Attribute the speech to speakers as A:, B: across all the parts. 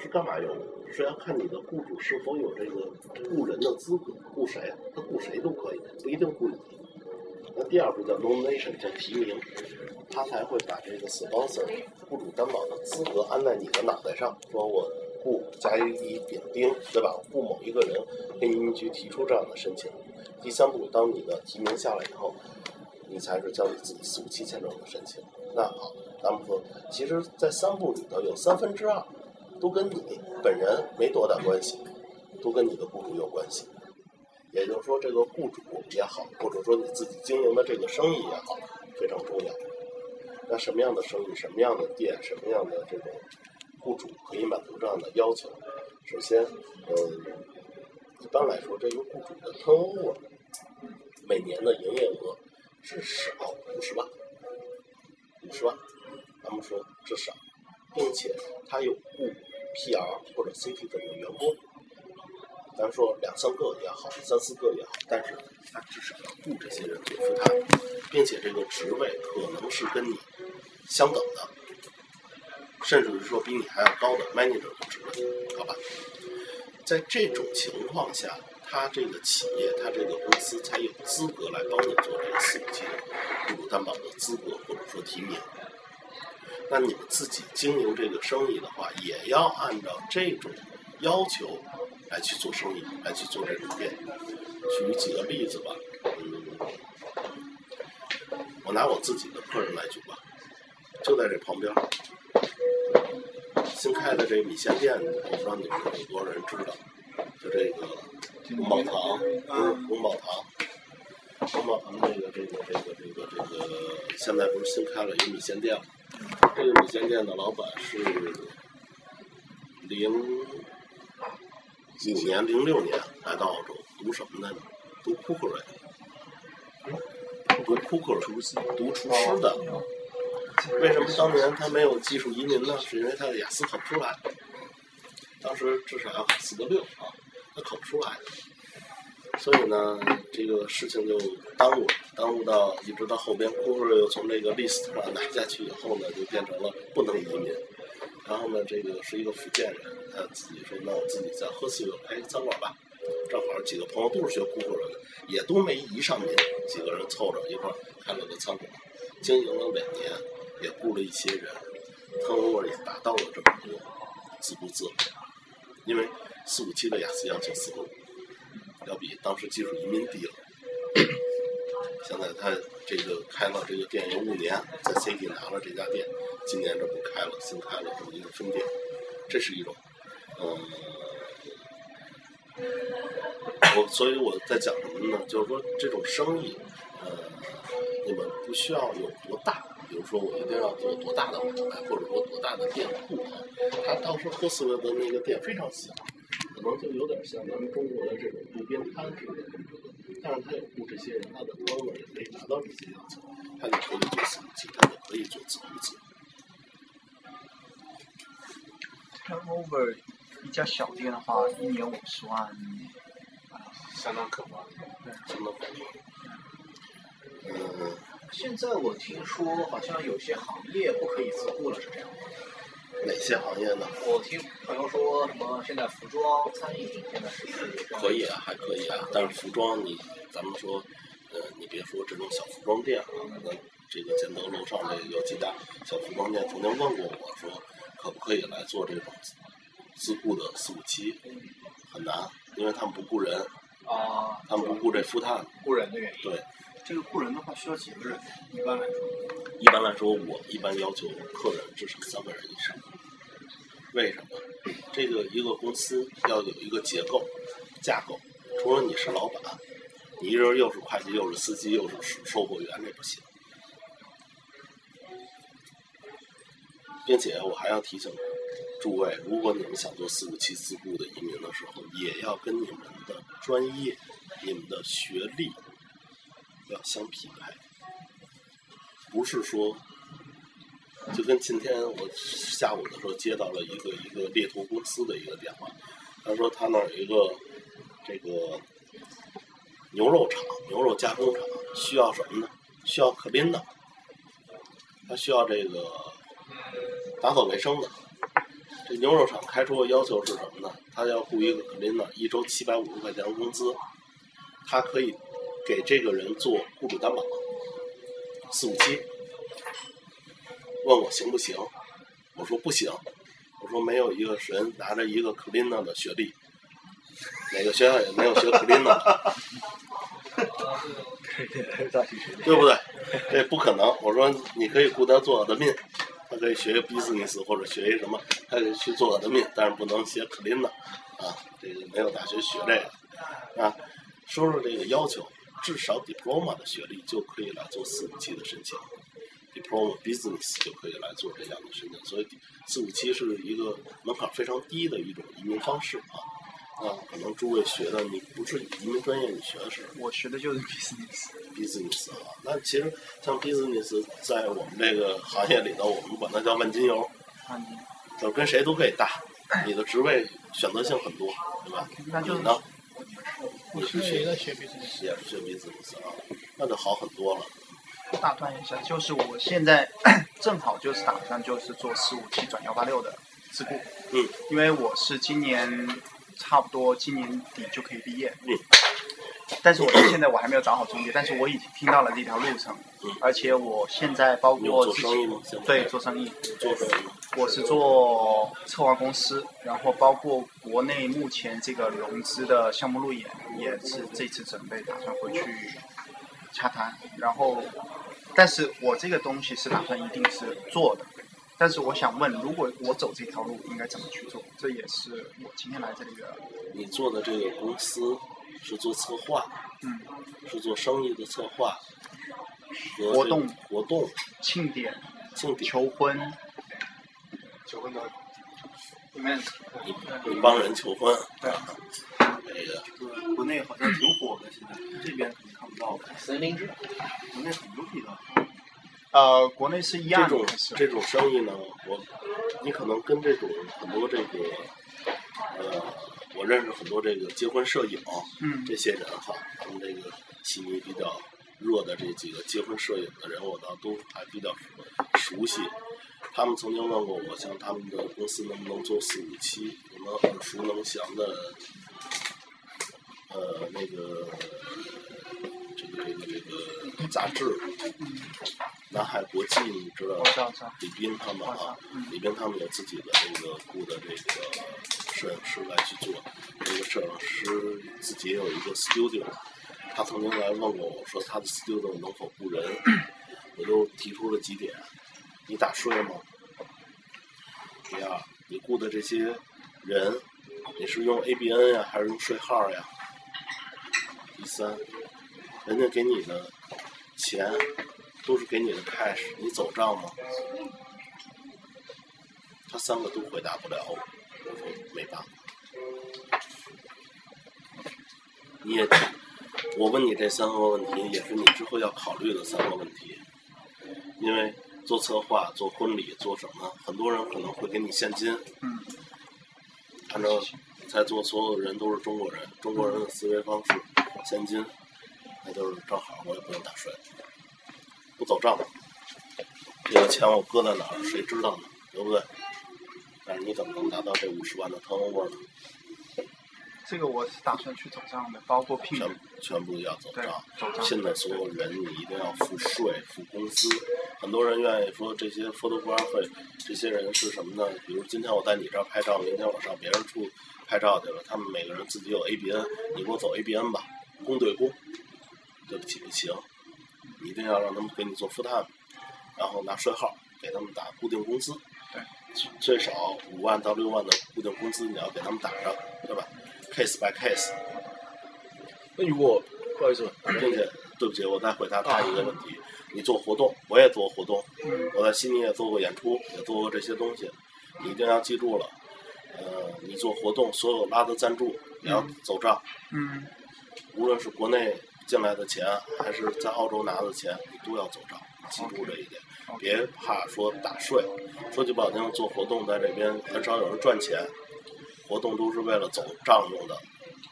A: 是干嘛用？是要看你的雇主是否有这个雇人的资格，雇谁，他雇谁都可以，不一定雇你。那第二步叫 nomination，叫提名，他才会把这个 sponsor 雇主担保的资格安在你的脑袋上，说我雇甲乙乙丙丁，对吧？雇某一个人，跟移民局提出这样的申请。第三步，当你的提名下来以后，你才是交你自己四五七签证的申请。那好，咱们说，其实，在三步里头有三分之二都跟你本人没多大关系，都跟你的雇主有关系。也就是说，这个雇主也好，或者说你自己经营的这个生意也好，非常重要。那什么样的生意、什么样的店、什么样的这种雇主可以满足这样的要求？首先，嗯，一般来说，这个雇主的 turnover 每年的营业额至少五十万，五十万，咱们说至少，并且他有雇 PR 或者 CT 的员工。咱说两三个也好，三四个也好，但是他至少要雇这些人做服他，并且这个职位可能是跟你相等的，甚至是说比你还要高的 manager 的职位，好吧？在这种情况下，他这个企业，他这个公司才有资格来帮你做这个四五级雇主担保的资格或者说提名。那你们自己经营这个生意的话，也要按照这种要求来去做生意，来去做这种店。举几个例子吧，嗯，我拿我自己的客人来举吧，就在这旁边儿，新开的这米线店，我不知道你们有多少人知道，就这个宫保堂，不是宫保堂，宫保堂这个这个这个这个这个，现在不是新开了一个米线店吗？这个米线店的老板是零五年、零六年来到澳洲，读什么的呢？读库克瑞，读库克瑞，读厨师的。为什么当年他没有技术移民呢？是因为他的雅思考不出来，当时至少要考四个六啊，他考不出来，所以呢，这个事情就耽误了，耽误到一直到后边，库克又从这个 list 上拿下去以后呢，就变成了不能移民。然后呢，这个是一个福建人，他自己说：“那我自己在喝西开一餐馆吧。”正好几个朋友都是学库克的，也都没移上民，几个人凑着一块儿开了个餐馆，经营了两年，也雇了一些人，turnover 也达到了这么多，自顾自了。因为四五七的雅思要求四个五，要比当时技术移民低了。现在他这个开了这个店有五年，在 CT 拿了这家店，今年这不开了，新开了这么一个分店，这是一种，嗯，我所以我在讲什么呢？就是说这种生意，呃，你们不需要有多大，比如说我一定要做多大的买卖，或者说多大的店铺啊，他当时喝斯维的那个店非常小，可能就有点像咱们中国的这种路边摊似的这种。但是他有雇这些人，他的 t u 也可以达到这些要求，他也可以做四五级，他也可以做自五级。
B: turnover 一家小店的话，一年五十万，
C: 相当可观。
A: 真的感觉，嗯，
D: 现在我听说好像有些行业不可以自雇了，是这样吗？
A: 哪些行业呢？
D: 我听朋友说什么现在服装、餐饮现在是这样
A: 可以啊，还可以啊。但是服装你，咱们说，呃，你别说这种小服装店啊，那这个建德楼上这有几家小服装店曾经问过我说，可不可以来做这种自雇的四五七？很难，因为他们不雇人，
D: 啊，
A: 他们不雇这 full time。
D: 雇人的原因。
A: 对，
B: 这个雇人的话需要几个人？一般来说，
A: 一般来说，我一般要求客人至少三个人以上。为什么？这个一个公司要有一个结构、架构，除了你是老板，你一人又是会计，又是司机，又是售货员，这不行。并且我还要提醒诸位，如果你们想做四五七自雇的移民的时候，也要跟你们的专业、你们的学历要相匹配。不是说，就跟今天我下午的时候接到了一个一个猎头公司的一个电话，他说他那儿有一个这个牛肉厂、牛肉加工厂需要什么呢？需要可宾的，他需要这个打扫卫生的，这牛肉厂开出的要求是什么呢？他要雇一个 cleaner，一周七百五十块钱工资，他可以给这个人做雇主担保，四五七。问我行不行？我说不行，我说没有一个人拿着一个 cleaner 的学历，哪个学校也没有学 cleaner 的。
C: 大学学历，
A: 对不对？这不可能。我说你可以雇他做 admin，他可以学一 business 或者学一什么，他可以去做 admin，但是不能学 clean 的啊，这个没有大学学这个啊。说说这个要求，至少 diploma 的学历就可以来做四五七的申请，diploma business 就可以来做这样的申请，所以四五七是一个门槛非常低的一种移民方式啊。啊，可能诸位学的你不是移民专业，你学的是
C: 我学的就是 business。
A: business 啊。那其实像 business 在我们这个行业里头，我们管它叫万金油，
C: 啊，你
A: 就是跟谁都可以搭，你的职位选择性很多，对吧？
C: 那
A: 你
C: 就是
B: 嗯
A: 呢
E: 我是学的学 business，
A: 也是学 business 啊，那就好很多了。
C: 大断一下，就是我现在 正好就是打算就是做四五七转幺八六的自雇，
A: 嗯，
C: 因为我是今年差不多今年底就可以毕业，
A: 嗯，
C: 但是我到现在我还没有找好中介，但是我已经听到了这条路程，
A: 嗯
C: 而且我现在包
A: 你有
C: 括
A: 做
C: 自
A: 生
C: 己
A: 意吗？现在
C: 对做生意，
A: 做生意吗？
C: 我是做策划公司，然后包括国内目前这个融资的项目路演，也是这次准备打算回去洽谈。然后，但是我这个东西是打算一定是做的。但是我想问，如果我走这条路，应该怎么去做？这也是我今天来这里的。
A: 你做的这个公司是做策划，
C: 嗯，
A: 是做生意的策划，和
C: 活动
A: 这个活动
C: 庆典、
A: 庆典，
C: 求婚，
F: 求婚的
G: 你们
A: 你你帮人求婚，
C: 对，
F: 啊
A: 这个
C: 国内好像挺火的，现在这边可能看不到，
G: 森林之
C: 国内很牛逼的。呃，国内是一
A: 这
C: 样的
A: 种，这种生意呢，我你可能跟这种很多这个呃，我认识很多这个结婚摄影
C: 嗯
A: 这些人哈，他们这个悉尼比较热的这几个结婚摄影的人，我倒都还比较熟悉。他们曾经问过我，像他们的公司能不能做四五七，能不能耳熟能详的，呃，那个这个这个这个杂志，南海国际，你知道
C: 我
A: 吗
C: 知道，知道。
A: 李斌他们
C: 我操
A: 啊，，
C: 嗯，
A: 李斌他们有自己的这个雇的这个摄影师来去做，这个摄影师自己也有一个 studio，他曾经来问过我说他的 studio 能否雇人， 我就提出了几点：你打税吗？第二，你雇的这些人，你是用 ABN 呀，还是用税号呀？第三，人家给你的钱都是给你的 cash，你走账吗？他三个都回答不了我，我说没办法。你也，我问你这三个问题，也是你之后要考虑的三个问题，因为做策划、做婚礼、做什么，很多人可能会给你现金。
C: 嗯。
A: 按照在座所有人都是中国人，中国人的思维方式，现金，那就是正好我也不用打税，不走账，这个钱我搁在哪儿，谁知道呢？对不对？但是你怎么能达到这五十万的 turnover 呢？
C: 这个我是打算去走账的，包括聘
A: 全
C: 人，
A: 全部要走
C: 对
A: 账。，
C: 走账。
A: 现在所有人你一定要付税、付工资。很多人愿意说这些 photographer，这些人是什么呢？比如今天我在你这儿拍照，明天我上别人处拍照去了。他们每个人自己有 ABN，你给我走 ABN 吧，公对公。对不起，不行，你一定要让他们给你做 full time，然后拿税号给他们打固定工资。
C: 对，
A: 最少五万到六万的固定工资你要给他们打上，对吧？case by case。
E: 那如果不好意思，
A: 并且，对不起，我再回答他一个问题：你做活动，我也做活动，
B: 嗯
A: 我在悉尼也做过演出，也做过这些东西。你一定要记住了，呃，你做活动，所有拉的赞助也要走账，
C: 嗯，
A: 无论是国内进来的钱，还是在澳洲拿的钱，你都要走账。记住这一点，
C: 好
A: 别怕说打税。说句不好听，做活动在这边很少有人赚钱，活动都是为了走账用的，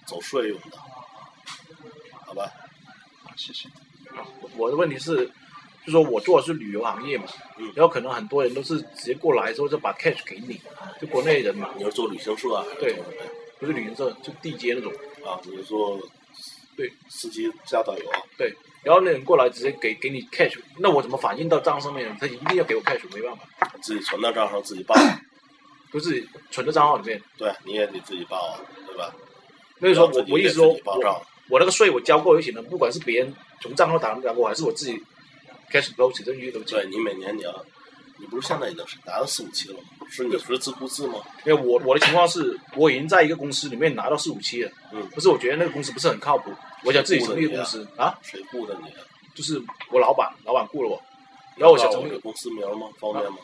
A: 走税用的，好吧？
B: 啊
C: 好谢谢。
E: 我的问题是，就就说我做的是旅游行业嘛
A: 嗯，
E: 然后可能很多人都是直接过来之后就把 cash 给你，就国内人嘛，
A: 你要做旅行社啊，还是
E: 对
A: 做什么呀
E: 不是旅行社，就地接那种。
A: 啊，你做
E: 对
A: 司机加导游啊，
E: 然后那人过来直接给给你 cash，那我怎么反映到账上面呢？他一定要给我 cash，没办法，
A: 自己存到账上自 己报，
E: 就自己存到账号里面。
A: 对，你也得自己报，啊对吧？
E: 那个时候
A: 然后
E: 我
A: 自己
E: 我意
A: 给
E: 思
A: 自
E: 说，
A: 己报
E: 我
A: 账，
E: 我那个税我交过就行了，不管是别人从账号打没打过，还是我自己 cash flow 起证据都行。
A: 对你每年你要，你不是现在已经是达到四五期了吗？是你是自顾自吗？
E: 因为我我的情况是，我已经在一个公司里面拿到四五七了，
A: 嗯
E: 不是我觉得那个公司不是很靠谱，我想自己成立一个公司啊，
A: 谁雇的你啊？
E: 就是我老板，老板雇了我，然后我想
A: 报
E: 成
A: 我
E: 立
A: 这公司名吗？方便吗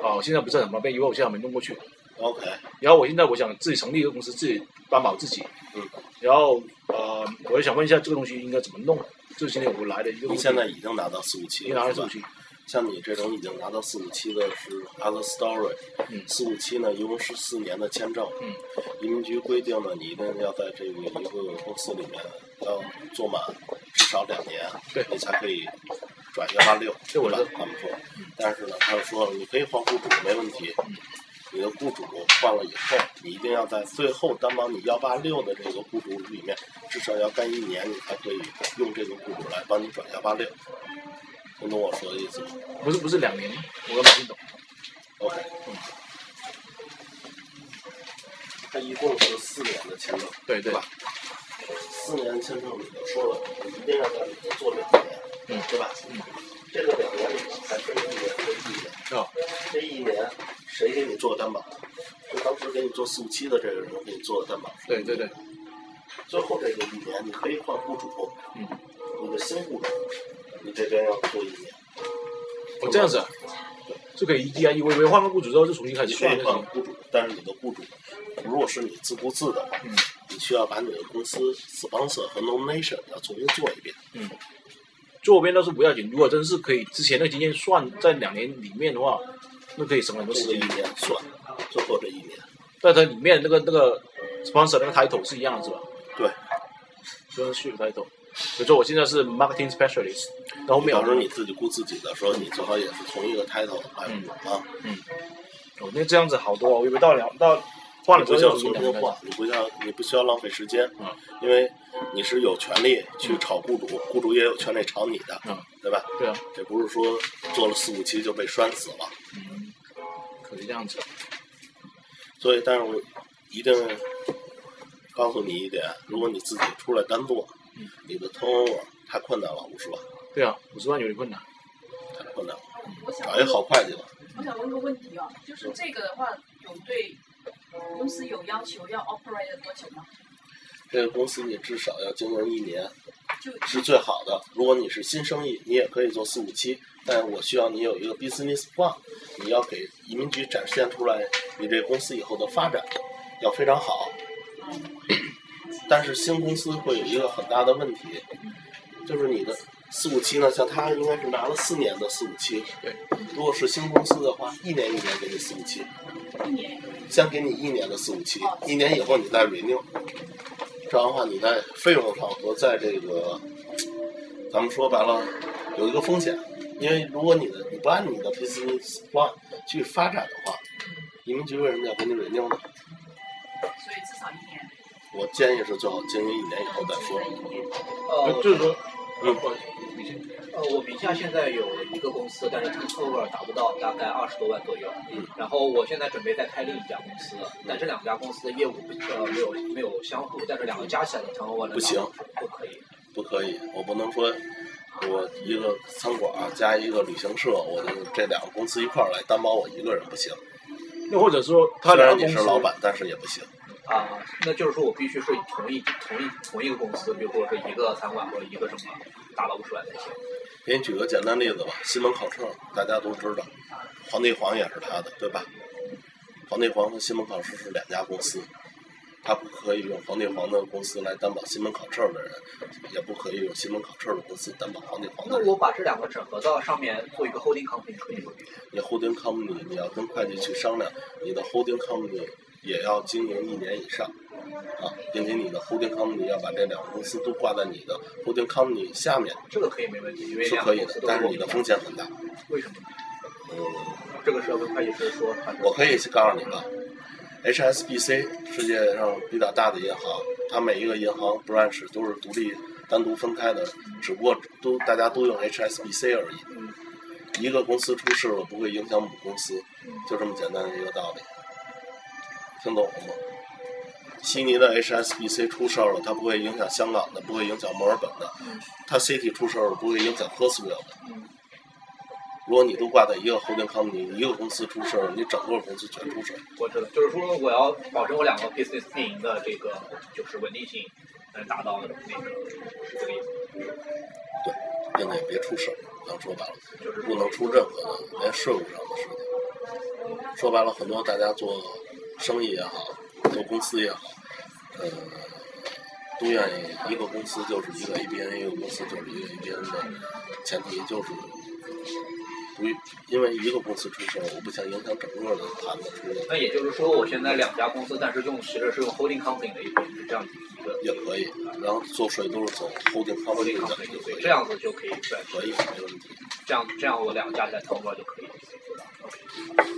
E: 啊，我现在不是很方便，因为我现在还没弄过去，
A: ？OK，
E: 然后我现在我想自己成立一个公司，自己担保自己，
A: 嗯，
E: 然后呃，我就想问一下这个东西应该怎么弄，这是今天我来的一个问
A: 你
E: 题，
A: 现在已经拿到四五
E: 已
A: 期
E: 经拿
A: 了，
E: 到
A: 是
E: 四
A: 吧
E: 五？七，
A: 像你这种已经拿到四五七的是 Other Story，
E: 嗯
A: 四五七呢一共是四年的签证，
E: 嗯
A: 移民局规定呢你一定要在这个一个公司里面要做满至少两年，
E: 对
A: 你才可以转幺八六，
E: 对我
A: 吧
E: 知道？
A: 他们说，但是呢，他就说了你可以换雇主没问题，
E: 嗯
A: 你的雇主换了以后，你一定要在最后担保你幺八六的这个雇主里面，至少要干一年，你才可以用这个雇主来帮你转幺八六。听懂我说的意思吗？
E: 不是不是两年，我都没听懂，
A: OK，嗯，它一共是四年的签证，
E: 对对
A: 对，吧？四年签证里头说了，你一定要在里头做两年，
E: 嗯
A: 对吧？
E: 嗯，
A: 这个两年里头还分一年和一年，
E: 哦
A: 这一年谁给你做担保？就当时给你做四五七的这个人给你做的担保，
E: 对对对，
A: 最后这个一年你可以换雇主，
E: 嗯，
A: 你的新雇主，你这边要做一年，
E: 我这样子啊，就可以一安一微微换个雇主之后就重新开始
A: 你可
E: 算
A: 以
E: 就
A: 换
E: 行，
A: 雇主，但是你的雇主如果是你自顾自的话，
E: 嗯
A: 你需要把你的公司 sponsor 和 nomination 要重新做一遍。
E: 做边倒是不要紧，如果真是可以之前那个经验算在两年里面的话，那可以省很多
A: 这
E: 时
A: 个一
E: 间。
A: 年算，最后这一年，
E: 但它里面那个那个 sponsor 那个 title 是一样的，是吧？
A: 对，
E: 就是 s h i f title。比如说我现在是 marketing specialist，那后哦面
A: 到
E: 我
A: 时候你自己雇自己的时候，你最好也是同一个 title 来
E: 嗯
A: 啊，
E: 哦，那这样子好多啊，我以为到两到换
A: 你
E: 了之
A: 不
E: 后
A: 需要重
E: 就重
A: 新
E: 新
A: 换
E: 换。，
A: 你不需要你不需要浪费时间
E: 嗯，
A: 因为你是有权利去炒雇主，雇主也有权利炒你的
E: 嗯，
A: 对吧？
E: 对啊，
A: 这不是说做了四五期就被拴死了。
E: 嗯，可以这样子。
A: 所以，但是我一定告诉你一点：如果你自己出来单做，
E: 嗯
A: 你的 turnover 太困难了，五十万
E: 对啊，五十万有点困难。
A: 太困难了，
H: 我想
A: 找一好会计吧。
H: 我想问个问题啊，就是这个的话，有对公司有要求要 operate 多久吗？
A: 这个公司你至少要经营一年
H: 就是
A: 最好的。如果你是新生意，你也可以做四五期，但我需要你有一个 business plan，你要给移民局展现出来你这公司以后的发展要非常好。但是新公司会有一个很大的问题，就是你的四五期呢，像他应该是拿了四年的四五期，
E: 对，
A: 如果是新公司的话，一年一年给你四五期，
H: 一年
A: 先给你一年的四五期，一年以后你再 renew，这样的话你在费用上和在这个，咱们说白了有一个风险，因为如果你的你不按你的 business plan 去发展的话，移民局为什么要给你 renew 呢？
H: 所以至少一年。
A: 我建议是最好经营一年以后再说。
H: 一年。
D: 呃，
E: 就是说，
A: 嗯
E: 不好意思你先
D: 呃，我名下现在有一个公司，但是 turnover 达不到大概二十多万左右。
A: 嗯。
D: 然后我现在准备再开另一家公司，但这两家公司的业务不呃没有没有相互，但是两个加起来的 turnover 能
A: 不行
D: 达到不可以。
A: 不可以，我不能说我一个餐馆儿加一个旅行社，我就这两个公司一块儿来担保我一个人不行。
E: 那或者说他
A: 虽
E: 两
A: 然
E: 个
A: 你
E: 公
A: 是
E: 司
A: 老，板，但是也不行。
D: 啊、那就是说我必须是同一同一同一个公司，比如说是一个餐馆或者一个什么，达到五十万才行。
A: 给你举个简单例子吧，西门考试大家都知道，皇帝皇也是他的，对吧？皇帝皇和西门考试是两家公司，他不可以用皇帝皇的公司来担保西门考试的人，也不可以用西门考试的公司担保皇帝皇
D: 那
A: 的人。
D: 我把这两个整合到上面做一个 holding company 可以吗？
A: 你 holding company 你要跟会计去商量，你的 holding company 也要经营一年以上，啊，并且你的 holding company 要把这两个公司都挂在你的 holding company 下面
D: 这个可以没问题，因为
A: 是
D: 两
A: 可
D: 个
A: 以
D: 公
A: 的
D: 司，都
A: 但是
D: 我
A: 你的
D: 们
A: 风险很大。
D: 为什么？
A: 嗯，
D: 这个是要跟会计师说，还是
A: 我可以去告诉你吧，HSBC 世界上比较大的银行，它每一个银行 branch 都是独立、单独分开的，只不过都大家都用 HSBC 而已。一个公司出事了，不会影响母公司，就这么简单的一个道理。听懂了吗？悉尼的 HSBC 出事儿了，它不会影响香港的，不会影响墨尔本的；它 City 出事儿了，不会影响科斯 l 的。如果你都挂在一个 holding company，你一个公司出事儿，你整个公司全出事儿。
D: 我知道，就是说我要保证我两个 business 运营的这个就是稳定性，能达到那种那个，是这个意思。
A: 并且别出事儿。要说白了，
D: 就是
A: 不能出任何的，连税务上的事情。说白了，很多大家做生意也好，做公司也好，呃，都愿意一个公司就是一个 ABN，一个公司就是一个 ABN 的前提就是不一，因为一个公司出事儿，我不想影响整个的盘子出来，
D: 那也就是说，我现在两家公司，但是用其实是用 holding company 的一个是这样一个
A: 也可以。然后做税都是走 holding company
D: holding
A: 的
D: company，所
A: 就
D: 以
A: 可
D: 这
A: 以，
D: 样子就可以对，
A: 可以没问题。
D: 这样这样我两个加起来差不多就可以了。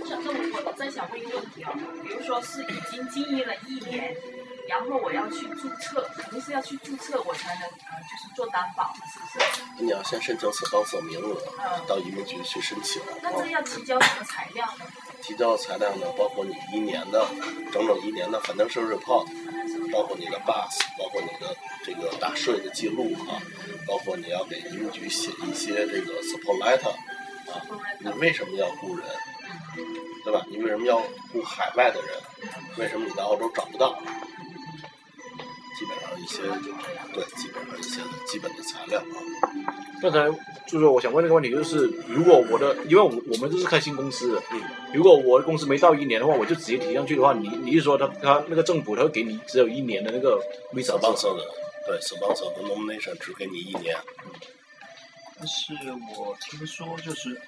H: 那我我在想问一个问题啊，比如说是已经经营了一年，然后我要去注册，肯定是要去注册我才能呃就是做担保，是不是？
A: 你要先申请 sponsor 名额，
H: 嗯，
A: 到移民局去申请。
H: 那这要提交什么材料呢？
A: 提交的材料呢，包括你一年的整整一年的 financial report，包括你的 bus，包括你的这个打税的记录啊，包括你要给移民局写一些这个 support letter，你为什么要雇人，
H: 嗯
A: 对吧？你为什么要雇海外的人？为什么你在澳洲找不到？基本上一些对，基本上一些基本的材料啊。
E: 刚才就是说我想问那个问题，就是如果我的，因为我我们这是开新公司，
A: 嗯，
E: 如果我的公司没到一年的话，我就直接提上去的话，你你是说他他那个政府他会给你只有一年的那个 visa 是吧
A: sponsor 的对 sponsor 的 nomination 只给你一年，
B: 但是我听说就是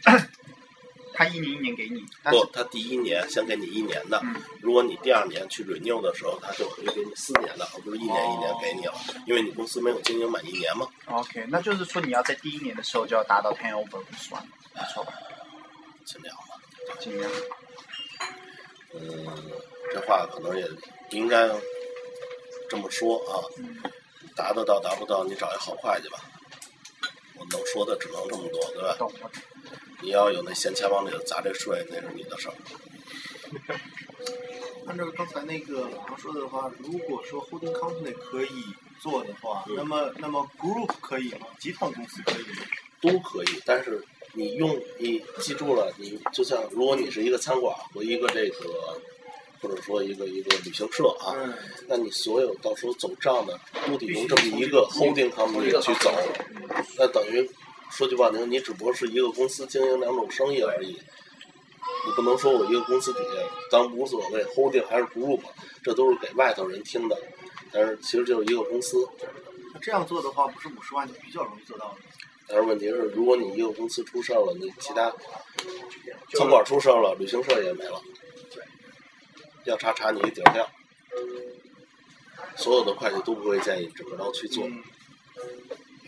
B: 他一年一年给你，但是
A: 不，他第一年先给你一年的，
B: 嗯
A: 如果你第二年去 renew 的时候，他就会给你四年的，而不是一年一年给你了，哦
B: 哦
A: 因为你公司没有经营满一年嘛。
B: OK，那就是说你要在第一年的时候就要达到 ten over 五十万，没错吧？
A: 尽量吧，
B: 尽量。
A: 嗯，这话可能也不应该这么说啊，
B: 嗯
A: 达得到达不到，你找一好会计吧。我能说的只能这么多，对吧？
B: 懂了。
A: 你要有那闲钱往里头砸这税，那是你的事儿。
C: 按照刚才那个老师说的话，如果说 holding company 可以做的话，
A: 嗯
C: 那么那么 group 可以吗？集团公司可以吗？
A: 都可以，但是你用你记住了，你就像如果你是一个餐馆和一个这个，或者说一个一个旅行社啊，
C: 嗯，
A: 那你所有到时候走账呢，都得用这么一个 holding
D: 从
A: company
D: 这个
A: 去走，
D: 嗯
A: 那等于说句不好听，你只不过是一个公司经营两种生意而已。你不能说我一个公司底下，当无所谓 holding 还是 group，这都是给外头人听的，但是其实就是一个公司。
C: 那这样做的话，不是五十万就比较容易做到的。
A: 但是问题是，如果你一个公司出事儿了，你其他餐馆出事儿了，旅行社也没了，要查查你底儿掉。所有的会计都不会建议这么着去做。
C: 嗯，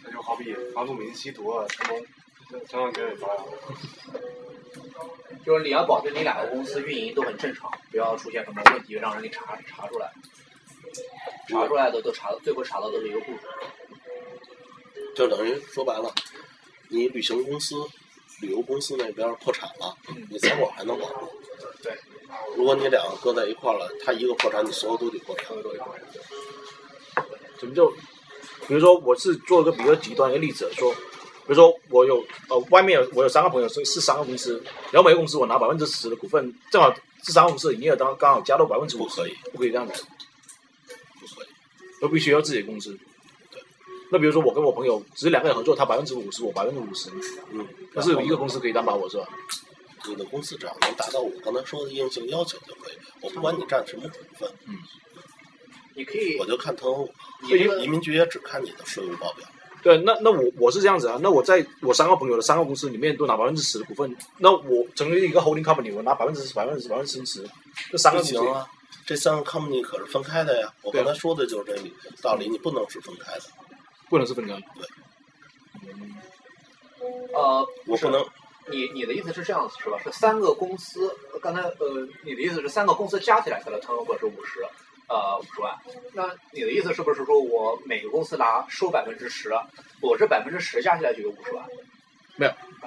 C: 那就好比房祖名吸毒啊，成龙，成龙哥也遭殃。
D: 就是你要保证你两个公司运营都很正常，不要出现什么问题，让人给查查出来。查出来的都查，最后查到都是一个故事。
A: 就等于说白了，你旅行公司、旅游公司那边破产了，你餐馆还能保住。
D: 对，
A: 如果你两个搁在一块儿了，他一个破产，你所有都得破
D: 嗯
A: 产。
E: 怎么就，比如说我是做一个比较极端的一个例子，说，比如说我有呃外面有我有三个朋友是是三个公司，然后每个公司我拿百分之十的股份，正好这三个公司的营业额刚刚好加到百分之
A: 不
E: 五，
A: 可以，
E: 不可以这样子，
A: 不可以。
E: 都必须要自己的公司。那比如说我跟我朋友只是两个人合作，他百分之五十，我百分之五十，
A: 嗯，
E: 但是有一个公司可以担保我是吧？
A: 你的公司只要能达到我刚才说的硬性要求就可以，我不管你占什么股份，
D: 你可以
A: 我，就看特务。
D: 你这
A: 移
D: 个
A: 民局也只看你的税务报表，
E: 对，那那我我是这样子啊，那我在我三个朋友的三个公司里面都拿百分之十的股份，那我成立一个 holding company，我拿百分之百分之百分之十，这三
A: 不
E: 个公司
A: 行啊，这三个 company 可是分开的呀。我
E: 对
A: 刚
E: 啊
A: 才说的就是这个道理，你不能是分开的，
E: 不能是分开。
D: 呃，
A: 我不能
D: 你你的意思是这样子是吧？是三个公司，呃刚才呃，你的意思是三个公司加起来它的 turnover 是五十，呃，五十万。那你的意思是不是说我每个公司拿收百分之十，我这百分之十加起来就有五十万？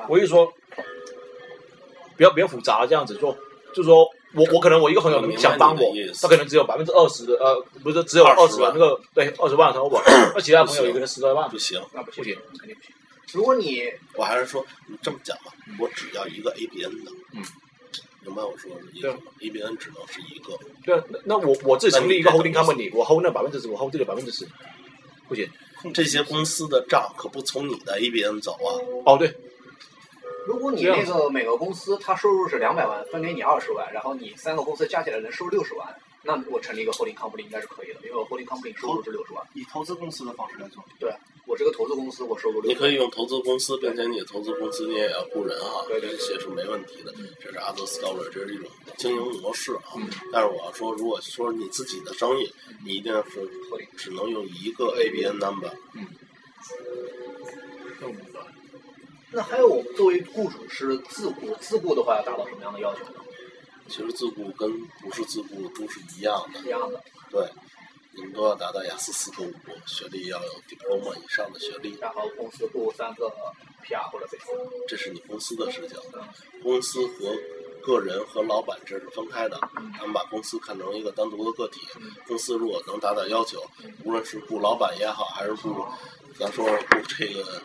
E: 我就说，比较比较复杂，这样子说，就说我我可能我一个朋友
A: 我明白
E: 想帮
A: 你的
E: 我
A: 意，思
E: 他可能只有百分之二十的，呃，不是只有
A: 20
E: 二十那个对二十万的 turnover，那其他朋友
A: 不行
E: 有一个人十来万
A: 不，行。
D: 那不行，
E: 不行，
D: 肯定不行。如果你
A: 我还是说，你这么讲吧，我只要一个 ABN 的，
E: 嗯，
A: 明白我说的意思吗？ABN 只能是一个，
E: 对啊，那那我我自己成立一个
A: 那你
E: holding company，我 hold 那百分之十，我 hold 这个百分之十，不行。
A: 这些公司的账可不从你的 ABN 走啊。
E: 哦，对，
D: 如果你
E: 这样
D: 那个每个公司它收入是两百万，分给你二十万，然后你三个公司加起来能收六十万，那我成立一个 holding company 应该是可以的，因为我 holding company 收入是六十万，
C: 以投资公司的方式来做，
D: 我这个投资公司我收入
A: 你
D: 六十
A: 可
D: 万
A: 以。用投资公司，并且你投资公司你也要雇人啊，
D: 对对嗯
A: 这些是没问题的。这是 other scholar，这是一种经营模式啊。但是我要说，如果说你自己的生意，
D: 嗯
A: 你一定是只能用一个 ABN number。
D: 那还有我们作为雇主是自雇，自雇的话要达到什么样的要求呢？
A: 其实自雇跟不是自雇都是一样的，
D: 一样的，
A: 对，你们都要达到雅思四个五，学历要有 diploma 以上的学历。
D: 然后公司雇三个 PR 或者 C 四，
A: 这是你公司的事情，公司和个人和老板这是分开的，他们把公司看成一个单独的个体。公司如果能达到要求，无论是雇老板也好，还是雇，咱说雇这个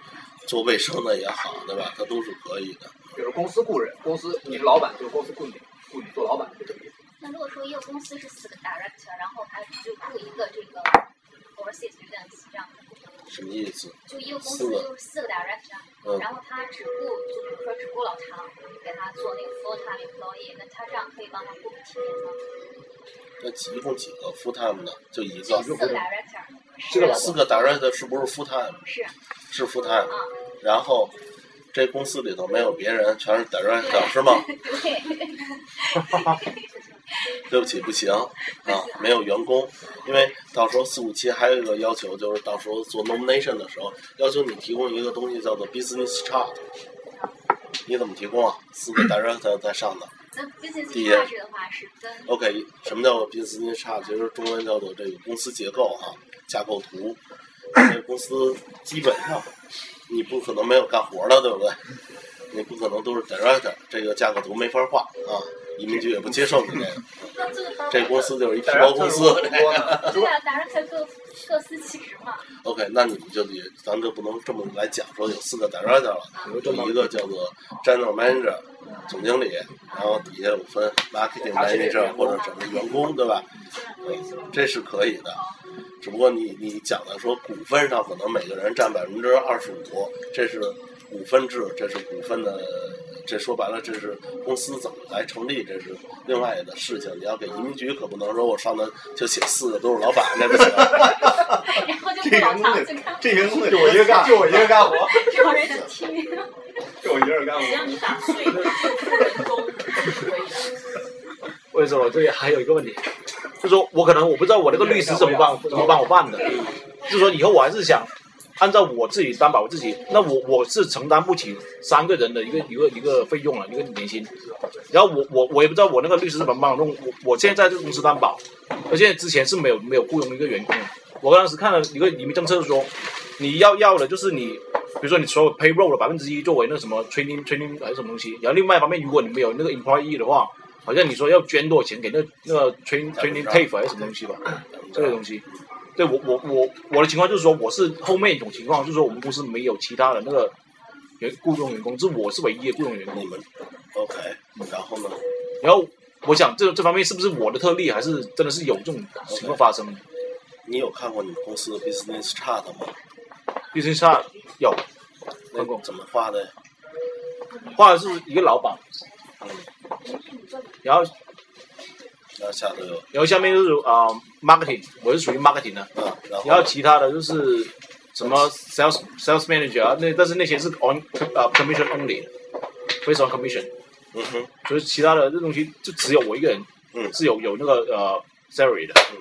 A: 做卫生的也好，对吧？它都是可以的。
D: 比如公司雇人，公司你是老板，就是公司雇你，雇你做老板，就这个意思。
I: 那如果说一个公司是四个 director，然后还就雇一个这个 overseas students 这样的，
A: 什么意思？
I: 就一个公
A: 四
I: 司
A: 个
I: 就是四个 director，、
A: 嗯
I: 然后他只雇，就比如说只雇老唐，给他做那个 full time employee，那他这样可以帮他雇体面吗？
A: 那一共几个 full time 的？就一
I: 就
A: 个
I: 四。个 director，
A: 这个
I: 是
A: 四个 direct 是不是 full time？
I: 是
A: 是 full time
I: 啊。
A: 然后这公司里头没有别人，全是 direct 是吗？
I: 对，
A: 对不起，不行啊，没有员工，因为到时候四五七还有一个要求，就是到时候做 nomination 的时候，要求你提供一个东西叫做 business chart。你怎么提供啊？四个 director 在上的。
I: 那 business
A: 第一
I: charge 的话是跟
A: OK，什么叫 business chart？其实中文叫做这个公司结构啊，架构图。这公司基本上你不可能没有干活的，对不对？你不可能都是 director，这个架构图没法画啊，移民局也不接受你这个。
H: 那这个当
A: 这公司就是一皮包公司。
D: 多呢，
I: 对啊，director 各各司其职嘛，
A: OK，那你们就得，咱们就不能这么来讲说有四个 director 了，有一个叫做 general manager 总经理，然后底下有分 marketing
D: 他是这
A: manager
D: 个员
A: 或
D: 工
A: 者什么员工，对吧？嗯这是可以的，只不过你你讲的说股份上可能每个人占百分之二十五，这是股份制，这是股份的，这说白了这是公司怎么来成立，这是另外的事情。你要给移民局可不能说我上来就写四个都是老板，那不行。
I: 然后就雇老唐就看
C: 这员工得
D: 就我一个干，就我一个干活，
I: 找人去听。
D: 就我一个人干
H: 只要你打碎了人工可以的。
E: 为什么？这里还有一个问题，就说我可能我不知道我那个律师怎么办，怎么帮我办的，就说以后我还是想按照我自己担保我自己，那我我是承担不起三个人的一个一个一个费用了，一个年薪，然后我我我也不知道我那个律师怎么帮我弄，我我现在在这个公司担保，而且之前是没有没有雇佣一个员工的，我当时看了一个移民政策说，你要要的就是你。比如说你所有 payroll 的百分之一作为那个什么 training training 还是什么东西，然后另外一方面，如果你没有那个 employee 的话，好像你说要捐多少钱给那那个 train training tape 还是什么东西吧，这个东西。对我我我我的情况就是说，我是后面一种情况，就是说我们公司没有其他的那个员雇佣员工，这我是唯一的雇佣员
A: 你
E: 工。
A: 们 OK，然后呢？
E: 然后我想这这方面是不是我的特例，还是真的是有这种情况发生的？
A: 你有看过你们公司的 business chart 吗？
E: 毕竟下有
A: 那
E: 看过
A: 怎么画的呀？嗯
E: 画的是一个老板，然后
A: 然后下头有
E: 然后下面就是啊、呃 marketing，我是属于 marketing 的，
A: 啊，然后
E: 然后其他的就是什么 sales sales manager 啊，那但是那些是 on 啊 commission only，非常 commission，
A: 嗯哼，
E: 所以其他的这东西就只有我一个人，
A: 嗯
E: 是有有那个呃 salary 的，嗯，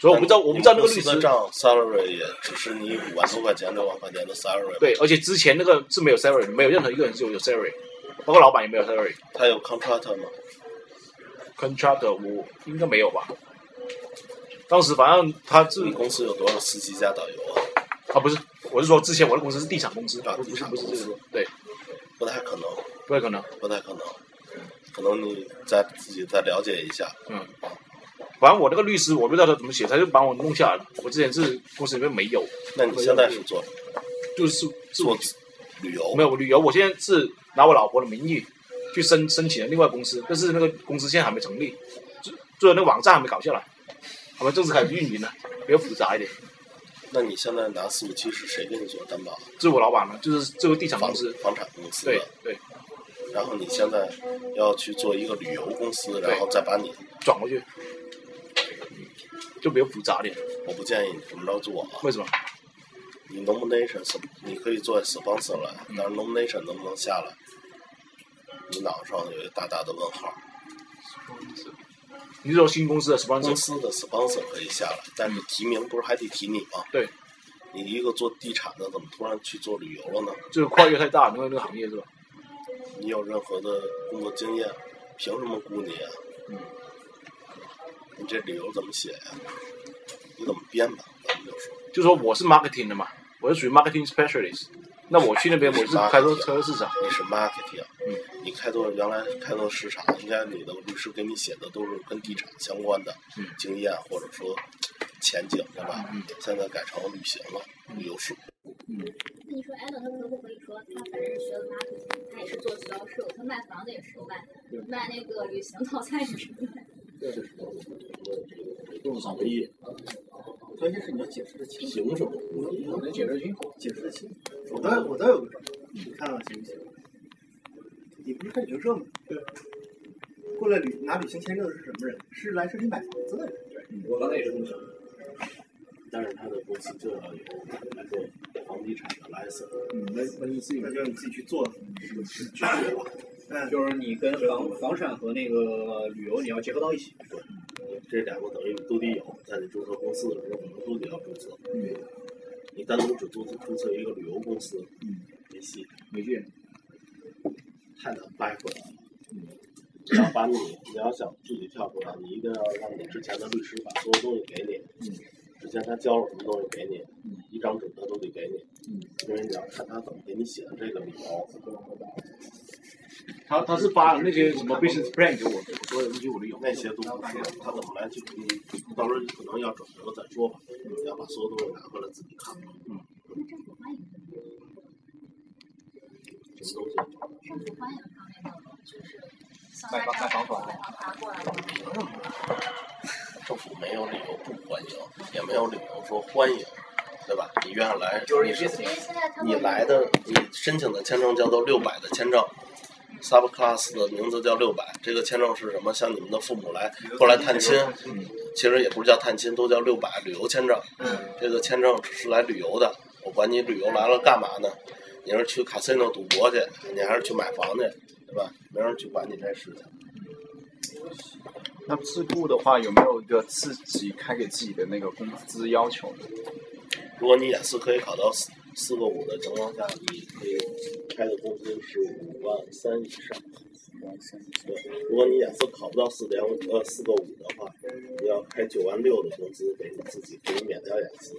E: 所以我不知道，我不知道那个律
A: 你们公司
E: 师
A: 的账 salary 也只是你五万多块钱、六万块钱的 salary，
E: 对，而且之前那个是没有 salary，没有任何一个人是有有 salary，包括老板也没有 salary。
A: 他有 contract 吗？
E: contractor 我应该没有吧？当时反正他是
A: 你公司有多少司机加导游啊？
E: 啊不是，我是说之前我的公司是地产公司，
A: 啊
E: 不是不是不
A: 地
E: 是这
A: 产
E: 个，对，
A: 不太可能，
E: 不太可能，
A: 不太可能。可能你再自己再了解一下，
E: 嗯。反正我那个律师，我不知道他怎么写，他就把我弄下来了。我之前是公司里面没有，
A: 那你现在是做
E: 就是是
A: 做
E: 我
A: 旅游
E: 没有旅游，我现在是拿我老婆的名义去申申请了另外公司，但是那个公司现在还没成立，就就那个网站还没搞下来，还没正式开始运营呢，比较复杂一点。
A: 那你现在拿四五七是谁给你做担保？
E: 这是我老板呢，就是这个地产
A: 房
E: 公司，
A: 房产公司的
E: 对对，
A: 然后你现在要去做一个旅游公司，然后再把你，
E: 转过去，就比较复杂一点。
A: 我不建议你这么着做啊。
E: 为什么？
A: 你 nomination 是你可以做 sponsor 来，但是 nomination 能不能下来，你脑上有一个大大的问号。
E: 你是说新公司的 sponsor
A: 公司的 sponsor 可以下来，但是提名不是还得提你吗？
E: 对，
A: 你一个做地产的，怎么突然去做旅游了呢？
E: 就是跨越太大，因为那个行业是吧？
A: 你有任何的工作经验，凭什么雇你啊？
E: 嗯，
A: 你这理由怎么写呀、你怎么编吧？咱们就说，
E: 就说我是 marketing 的嘛，我是属于 marketing specialist，那我去那边我是开拓
A: Marketing
E: 开拓市场，
A: 你是 marketing，
E: 嗯
A: 你开拓原来开拓市场，应该你的律师给你写的都是跟地产相关的
E: 嗯
A: 经验，或者说前景，对吧？
E: 嗯
A: 现在改成旅行了，旅游是
I: 那你说 Adam 他为什么会和你说他反正是学了 marketing，他也是做销售，他卖房子也是卖，卖那个旅行套餐也是卖。
J: 用得上唯一。
C: 关键是你要解释的清楚，
J: 行什么？
C: 我
J: 我能解释清楚。
C: 解释的清楚。我倒我倒有个主意，你看看行不行？你不是看旅行社吗？对。过来旅拿旅行签证的是什么人？是来这里买房子的人。
J: 我刚才也是这么想。
A: 但是他的公司就要有来做房地产的 license，
J: 嗯，那那你自己
C: 那就让你自己去做。
A: 拒绝了。
C: 嗯，
J: 就是你跟房房产和那个旅游你要结合到一起。
A: 这两个等于都得有，在你注册公司的时候，可能都得要注册。你单独只注册注册一个旅游公司，
J: 嗯，
A: 没戏，
J: 没劲。
A: 太难掰回来了。你要把你，你要想自己跳出来，你一定要让你之前的律师把所有东西给你，
J: 嗯
A: 之前他交了什么东西给你，
J: 嗯
A: 一张纸他都得给你，
J: 嗯
A: 因为你要看他怎么给你写的这个理由。
E: 他他是发了那些什么 business plan 给我，我说的那些我都有。
A: 那些都不是，他怎么来去？你到时候可能要转折再说吧，你要把所有东西拿回来自己看。
I: 那政府欢迎他吗？
A: 什么东西？
I: 政府欢迎他那个就是像
D: 卖房
I: 他
D: 卖
I: 这
D: 房
I: 样
D: 团
I: 买房拿过来的。
A: 政府没有理由不欢迎，也没有理由说欢迎，对吧？你愿意来，
D: 就
A: 你
D: 是你这次
I: 因为现在他
A: 你
I: 们
A: 来的，你申请的签证叫做六百的签证，subclass 的名字叫六百。这个签证是什么？像你们的父母来过来探亲，其实也不是叫探亲，都叫六百旅游签证。这个签证只是来旅游的，我管你旅游来了干嘛呢？你是去 casino 赌博去，你还是去买房去，对吧？没人去管你这事情。
B: 那自雇的话，有没有一个自己开给自己的那个工资要求呢？
A: 如果你雅思可以考到四四个五的情况下，你可以开的工资是五万三以上。五万三，对。如果你雅思考不到四点五呃四个五的话，你要开九万六的工资给你自己，可以免掉雅思。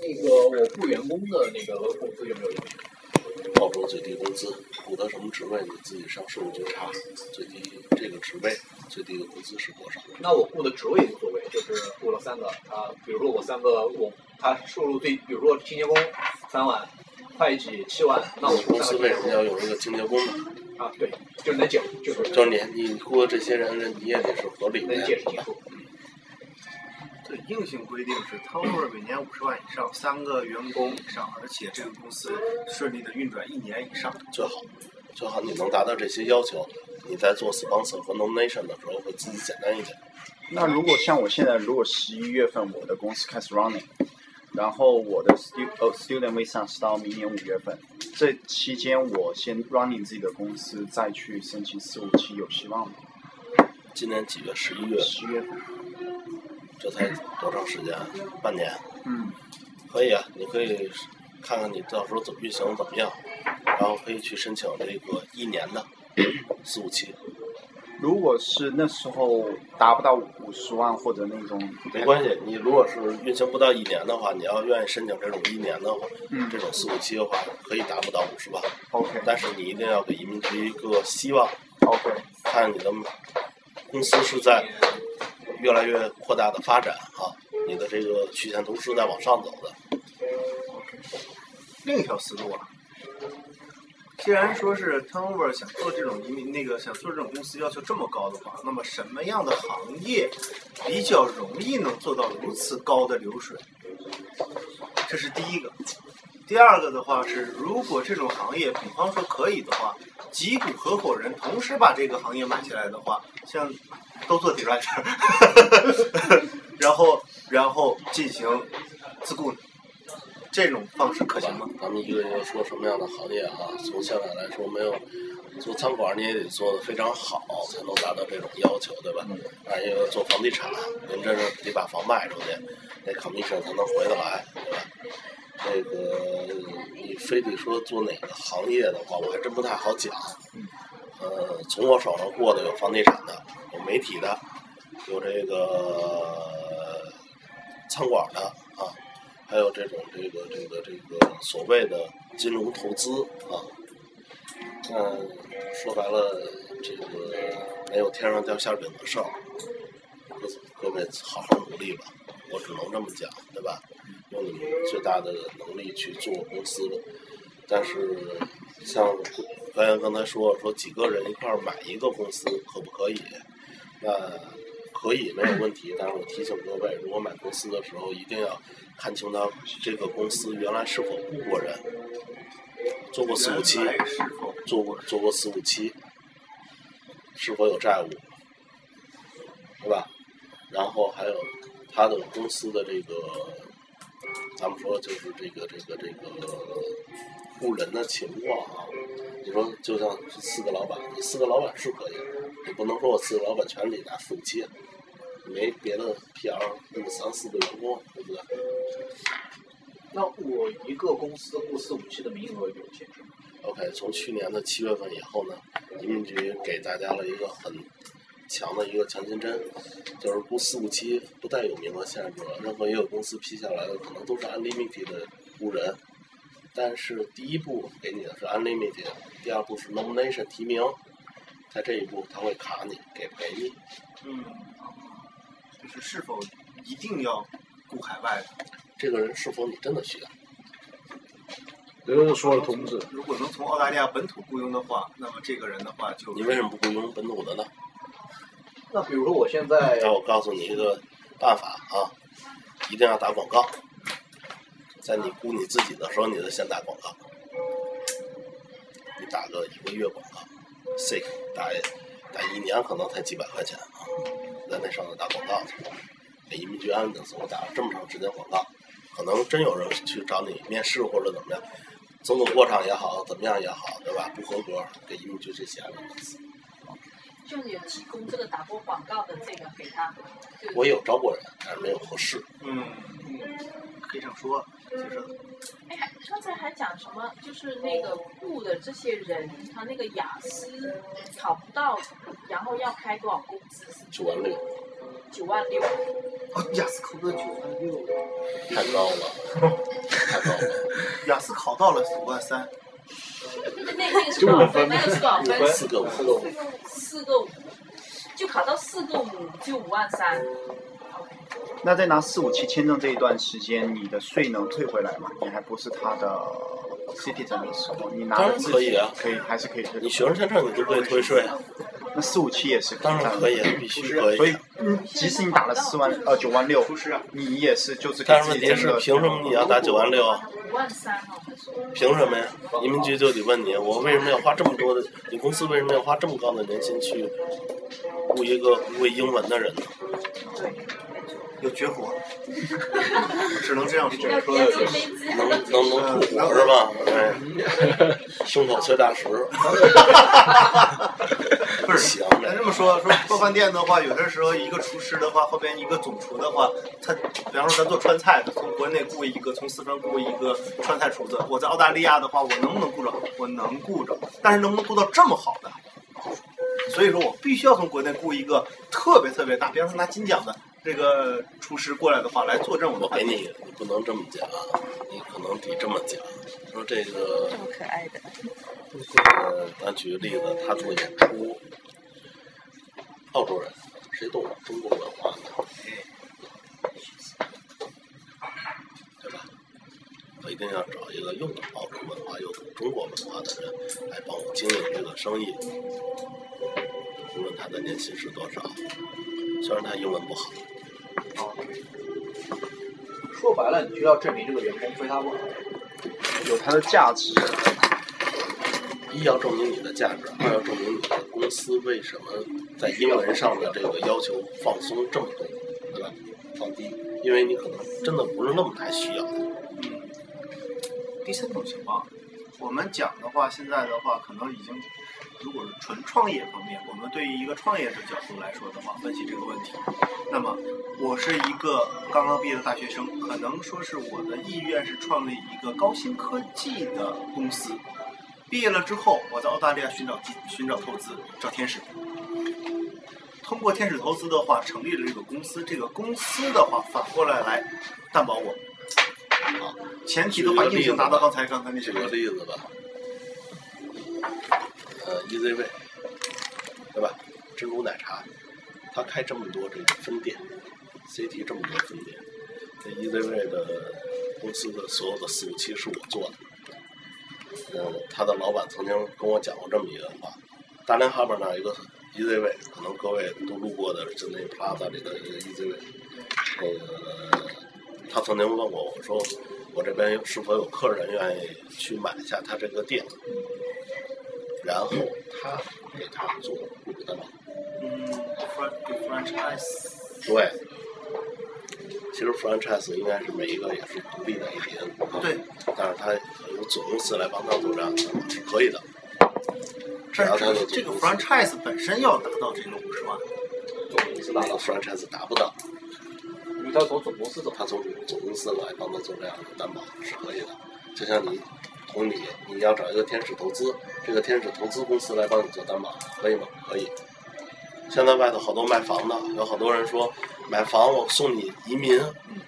D: 那个我雇员工的那个工资有没有要求？
A: 澳洲最低工资，补到什么职位你自己上税务局查，最低这个职位最低的工资是多少？
D: 那我雇的职位无所谓，就是雇了三个啊，比如说我三个我他收入最，比如说清洁工三万，会计七万，那我
A: 你公
D: 雇
A: 司
D: 三
A: 为
D: 个
A: 什么要用一个清洁工呢？
D: 啊，对，就是能解，就是
A: 就是你你雇的这些人，人你也得是合理的
D: 能
A: 呀，
D: 解释清楚。
C: 对，硬性规定是 turnover 每年五十万以上，三个员工以上，而且这个公司顺利的运转一年以上。
A: 最好最好你能达到这些要求，你在做 sponsor 和 nomination 的时候会自己简单一点。
B: 那如果像我现在，如果十一月份我的公司开始 running，然后我的 stu 呃 student visa 是到明年五月份，这期间我先 running 自己的公司，再去申请四五七，有希望吗？
A: 今年几月？十一月，
B: 十月份，
A: 这才多长时间？半年？
B: 嗯，
A: 可以啊，你可以看看你到时候怎么运行怎么样，然后可以去申请这个一年的四五七，
B: 如果是那时候达不到五十万或者那种，
A: 没关系。你如果是运行不到一年的话，你要愿意申请这种一年的话，
B: 嗯
A: 这种四五七的话，可以达不到五十万，
B: ，OK
A: 但是你一定要给移民局一个希望，
B: OK，
A: 看你的公司是在越来越扩大的发展啊，你的这个曲线图是在往上走的。
B: 另一条思路啊，
C: 既然说是 turnover 想做这种移民，那个想做这种公司要求这么高的话，那么什么样的行业比较容易能做到如此高的流水？这是第一个。第二个的话是，如果这种行业，比方说可以的话，几股合伙人同时把这个行业买起来的话，像都做 director，然后然后进行自雇，这种方式可行吗？
A: 咱们一个一个说什么样的行业啊？从现在来说，没有做餐馆你也得做的非常好，才能达到这种要求，对吧？
C: 嗯
A: 而且做房地产，您这是得把房卖出去，那 commission 才能回得来，对吧？这个你非得说做哪个行业的话，我还真不太好讲。
C: 嗯
A: 呃，从我手上过的有房地产的，有媒体的，有这个呃餐馆的啊，还有这种这个这个这个所谓的金融投资啊，嗯，说白了，这个没有天上掉馅饼的事儿，各各位好好努力吧，我只能这么讲，对吧？用你们最大的能力去做公司吧，但是像刚才刚才说说几个人一块儿买一个公司可不可以？那可以没有问题，但是我提醒各位，如果买公司的时候一定要看清它这个公司原来是否雇过人，做过四五七，做过做过四五七，是否有债务，对吧？然后还有他的公司的这个，咱们说就是这个这个这个雇人的情况啊。你说就像四个老板，你四个老板是可以，你不能说我四个老板全得拿四五七，没别的 PR 那么三四个员工，对不对？
D: 那我一个公司雇四五七的名额有限制吗？
A: OK，从去年的七月份以后呢，移民局给大家了一个很强的一个强心针，就是雇四五七不再有名额限制了，任何一个公司批下来的可能都是 unlimited 的雇人，但是第一步给你的是 unlimited，第二步是 nomination 提名，在这一步他会卡你给赔你，
C: 嗯，就是是否一定要雇海外的？
A: 这个人是否你真的需要？
E: 比如说了同志，
C: 如果能从澳大利亚本土雇佣的话，那么这个人的话就
A: 你为什么不雇佣本土的呢？
D: 那比如说我现在
A: 那我告诉你一个办法啊，一定要打广告。在你雇你自己的时候，你就先打广告，你打个一个月广告，sick 打打一年可能才几百块钱啊，在那上头打广告去，给移民局安的，我打了这么长时间广告，可能真有人去找你面试或者怎么样，总统过场也好，怎么样也好，对吧？不合格，给移民局去写安的。
H: 就你有提供这个打过广告的这个给他，就
A: 我有招过人，但是没有合适。
C: 嗯，可以这样说，就是
H: 哎，还刚才还讲什么？就是那个雇的这些人，他那个雅思考不到，然后要开多少工资？
A: 九万六
H: 九万六。
C: 哦，雅思考到九万六，
A: 太高了，太高了。
C: 雅思考到了五万三，
H: 那那个是多少分？那个是多
A: 四个五，
H: 少分？
A: 四个五，
H: 四个五，就考到四个五就五万三。
B: 那在拿四五七签证这一段时间，你的税能退回来吗？你还不是他的 citizen 的时候，你拿
A: 当
B: 了
A: 然
B: 自
A: 可
B: 己
A: 以啊
B: 可以还是可以退
A: 你。学生签证你都可以退税啊，
B: 那四五七也是
A: 当然可以，啊，必须可
B: 所
A: 以
B: 以
A: 啊。，
B: 嗯，即使你打了四万呃九万六，
C: 啊
B: 你也是就是给
A: 但是
B: 自
A: 问
B: 己
A: 题
B: 整
A: 是
B: 个，
A: 凭什么你要打九万六啊？
H: 五万三哦，他说。
A: 凭什么呀？移民局就得问你，我为什么要花这么多的？你公司为什么要花这么高的年薪去雇一个不会英文的人呢？
H: 对，没错。
C: 有绝活， 只能这样说。
H: 要要坐飞机。
A: 能 能
B: 嗯
A: 能吐火是吧？哎，胸口碎大石。
C: 不是
A: 想
C: 咱这么说，说做饭店的话，有的时候一个厨师的话，后边一个总厨的话，他比方说咱做川菜，从国内雇一个，从四川雇一个川菜厨子，我在澳大利亚的话，我能不能雇着？我能雇着，但是能不能雇到这么好的？所以说我必须要从国内雇一个特别特别大，比方说拿金奖的这个厨师过来的话，来坐镇我
A: 我
C: 的饭
A: 给
C: 店。
A: 你，你不能这么讲，啊你可能得这么讲。说这个
K: 这么可爱的，
A: 呃，咱举个例子，他做演出，澳洲人谁懂中国文化呢？对吧？我一定要找一个又懂澳洲文化又懂中国文化的人来帮我经营这个生意。无论他的年薪是多少，虽然他英文不好，
D: 说白了，你就要证明这个员工非他不好。
B: 有它的价值。
A: 一要证明你的价值，二要证明你的公司为什么在英文上的这个要求放松这么多，对吧？放低，因为你可能真的不是那么太需要。
C: 第三种情况，我们讲的话，现在的话可能已经，如果是纯创业方面，我们对于一个创业者角度来说的话，分析这个问题，那么我是一个刚刚毕业的大学生，可能说是我的意愿是创立一个高新科技的公司。毕业了之后，我在澳大利亚寻找寻找投资，找天使。通过天使投资的话，成立了这个公司。这个公司的话，反过来来担保我。啊，前提的话，硬性达到刚才刚才那些
A: 举个例子吧，呃，EZWay，对吧？珍珠奶茶，它开这么多这个分店，CT 这么多分店，这 EZWay 的公司的所有的服务器是我做的。呃，他的老板曾经跟我讲过这么一个话：大连哈边那儿有一个 EZWay，可能各位都路过的，就那 Plaza 里的这个 EZWay，呃，他曾经问我，我说我这边是否有客人愿意去买一下他这个店，然后他给他做雇主担保。
C: 嗯，fran- franchise
A: 对，其实 franchise 应该是每一个也是独立的一个股份，
C: 对，
A: 但是他有总公司来帮他做账是可以的。
C: 甚
A: 然后他
C: 至
A: 就
C: 这个
A: 总公司
C: franchise 本身要达到这个五十万，
A: 总公司拿到 franchise 达不到，
D: 因为他从总公司走，
A: 他从总公司来帮他做这样的担保是可以的。就像你同理，你要找一个天使投资，这个天使投资公司来帮你做担保，可以吗？可以。现在外头好多卖房的，有好多人说买房我送你移民，
D: 嗯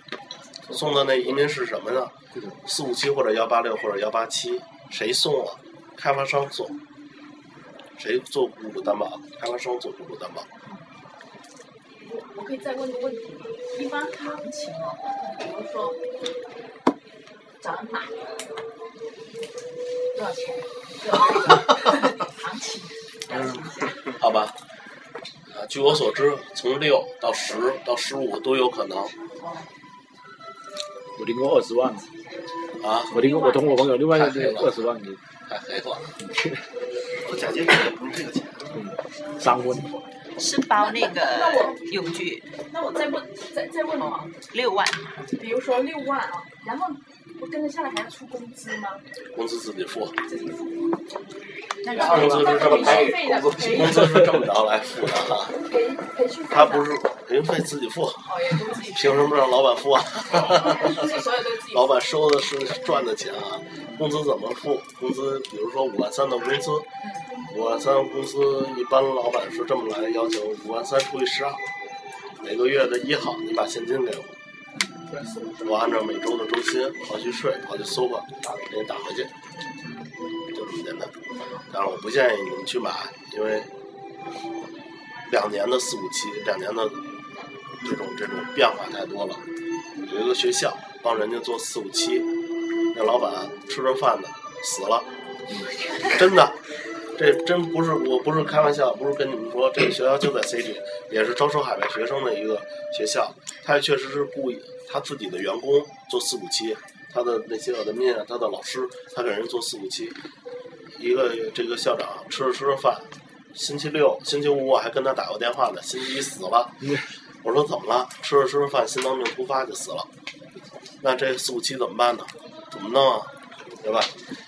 A: 送的那移民是什么呢？四五七或者幺八六或者幺八七，谁送啊？开发商送，谁做雇主担保？开发商做雇主担保。
H: 我我可以再问个问题吗？一般行情哦，比如说找人买多少钱？就那 种行情，了解一下。
A: 好吧？啊，据我所知，从六到十到十五都有可能
E: 我听过二十万，
A: 啊，
E: 我听过我同我朋友另外一个
A: 太黑了
E: 二十万给
A: 太黑了。
C: 做假结婚也不用这个钱。
E: 三婚，
K: 是包那
L: 呃
H: 那
K: 个
H: 我
K: 用具
H: 那我再问，再再问啊，
K: 六万，
H: 比如说六万啊，然后我跟着下来还要出工资吗？
A: 工资自己付，
H: 自己付。
K: 那
H: 然后
A: 工资是这么
H: 培
A: 开
H: 训费的培
A: 工资是这么着来付的啊，
H: 培培训费
A: 他
H: 呢
A: 不是培训费自己付，
H: 哦，也都自己
A: 凭什么让老板付啊？
H: 付，是所有都自己付
A: 老板收的是赚的钱啊，工资怎么付？工资比如说五万三的工资，五万三的工资一般老板是这么来要求，五万三除以十二，每个月的一号你把现金给我，我按照每周的周薪刨去税刨去搜吧，给你打回去，就这么简单。但是我不建议你们去买，因为两年的四五期，两年的这种这种变化太多了。有一个学校帮人家做四五七，那老板吃着饭呢死了，真的，这真不是我不是开玩笑，不是跟你们说，这个学校就在 C 区，也是招收海外学生的一个学校，他也确实是故意他自己的员工做四五七，他的那些 admin 啊，他的老师，他给人做四五七，一个这个校长吃着吃着饭。星期六、星期五我还跟他打过电话呢。星期一死了，我说怎么了？吃着吃着饭，心脏病突发就死了。那这四五七怎么办呢？怎么弄啊？对吧？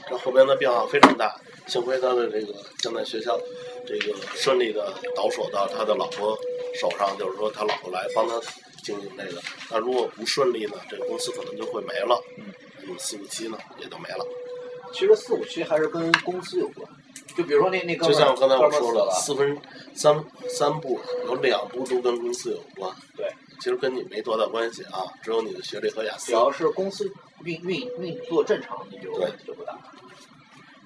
A: 这后边的变化非常大，幸亏他的这个现在学校这个顺利的倒手到他的老婆手上，就是说他老婆来帮他经营这个。那如果不顺利呢，这个公司可能就会没了。
E: 嗯，
A: 你四五七呢也就没了。
D: 其实四五七还是跟公司有关，就比如说那那哥
A: 就
D: 们儿，
A: 像我刚才我
D: 哥们儿
A: 说
D: 死
A: 了，
D: 了，
A: 四分三三步有两步都跟公司有关。
D: 对，
A: 其实跟你没多大关系啊，只有你的学历和雅
D: 只
A: 思。
D: 要是公司运运运作正常，你就
A: 对
D: 问题就不大。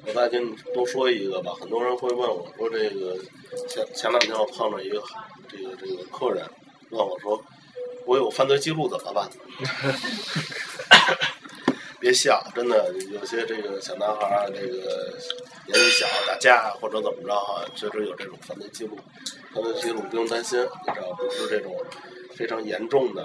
A: 我再跟你多说一个吧，很多人会问我说这个前前两天我碰着一个这个这个客人问我说，我有犯罪记录怎么办？ 别笑，真的有些这个小男孩儿啊这个年纪小打架或者怎么着哈、确实有这种犯罪记录。犯罪记录不用担心，你只要不是这种非常严重的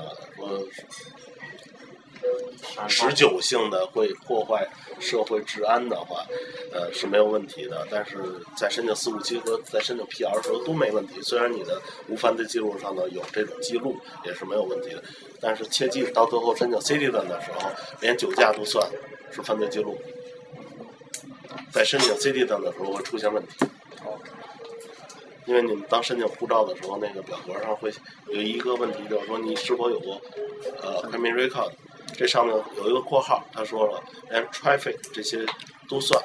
A: 说持久性的会破坏社会治安的话，呃是没有问题的。但是在申请四五七和在申请 PR 的时候都没问题。虽然你的无犯罪记录上呢有这种记录，也是没有问题的。但是切记到最后申请 citizen 的时候，连酒驾都算是犯罪记录。在申请 citizen 的时候会出现问题。因为你们当申请护照的时候，那个表格上会有一个问题，就是说你是否有过呃 criminal record，这上面有一个括号，他说了，连 traffic 这些都算，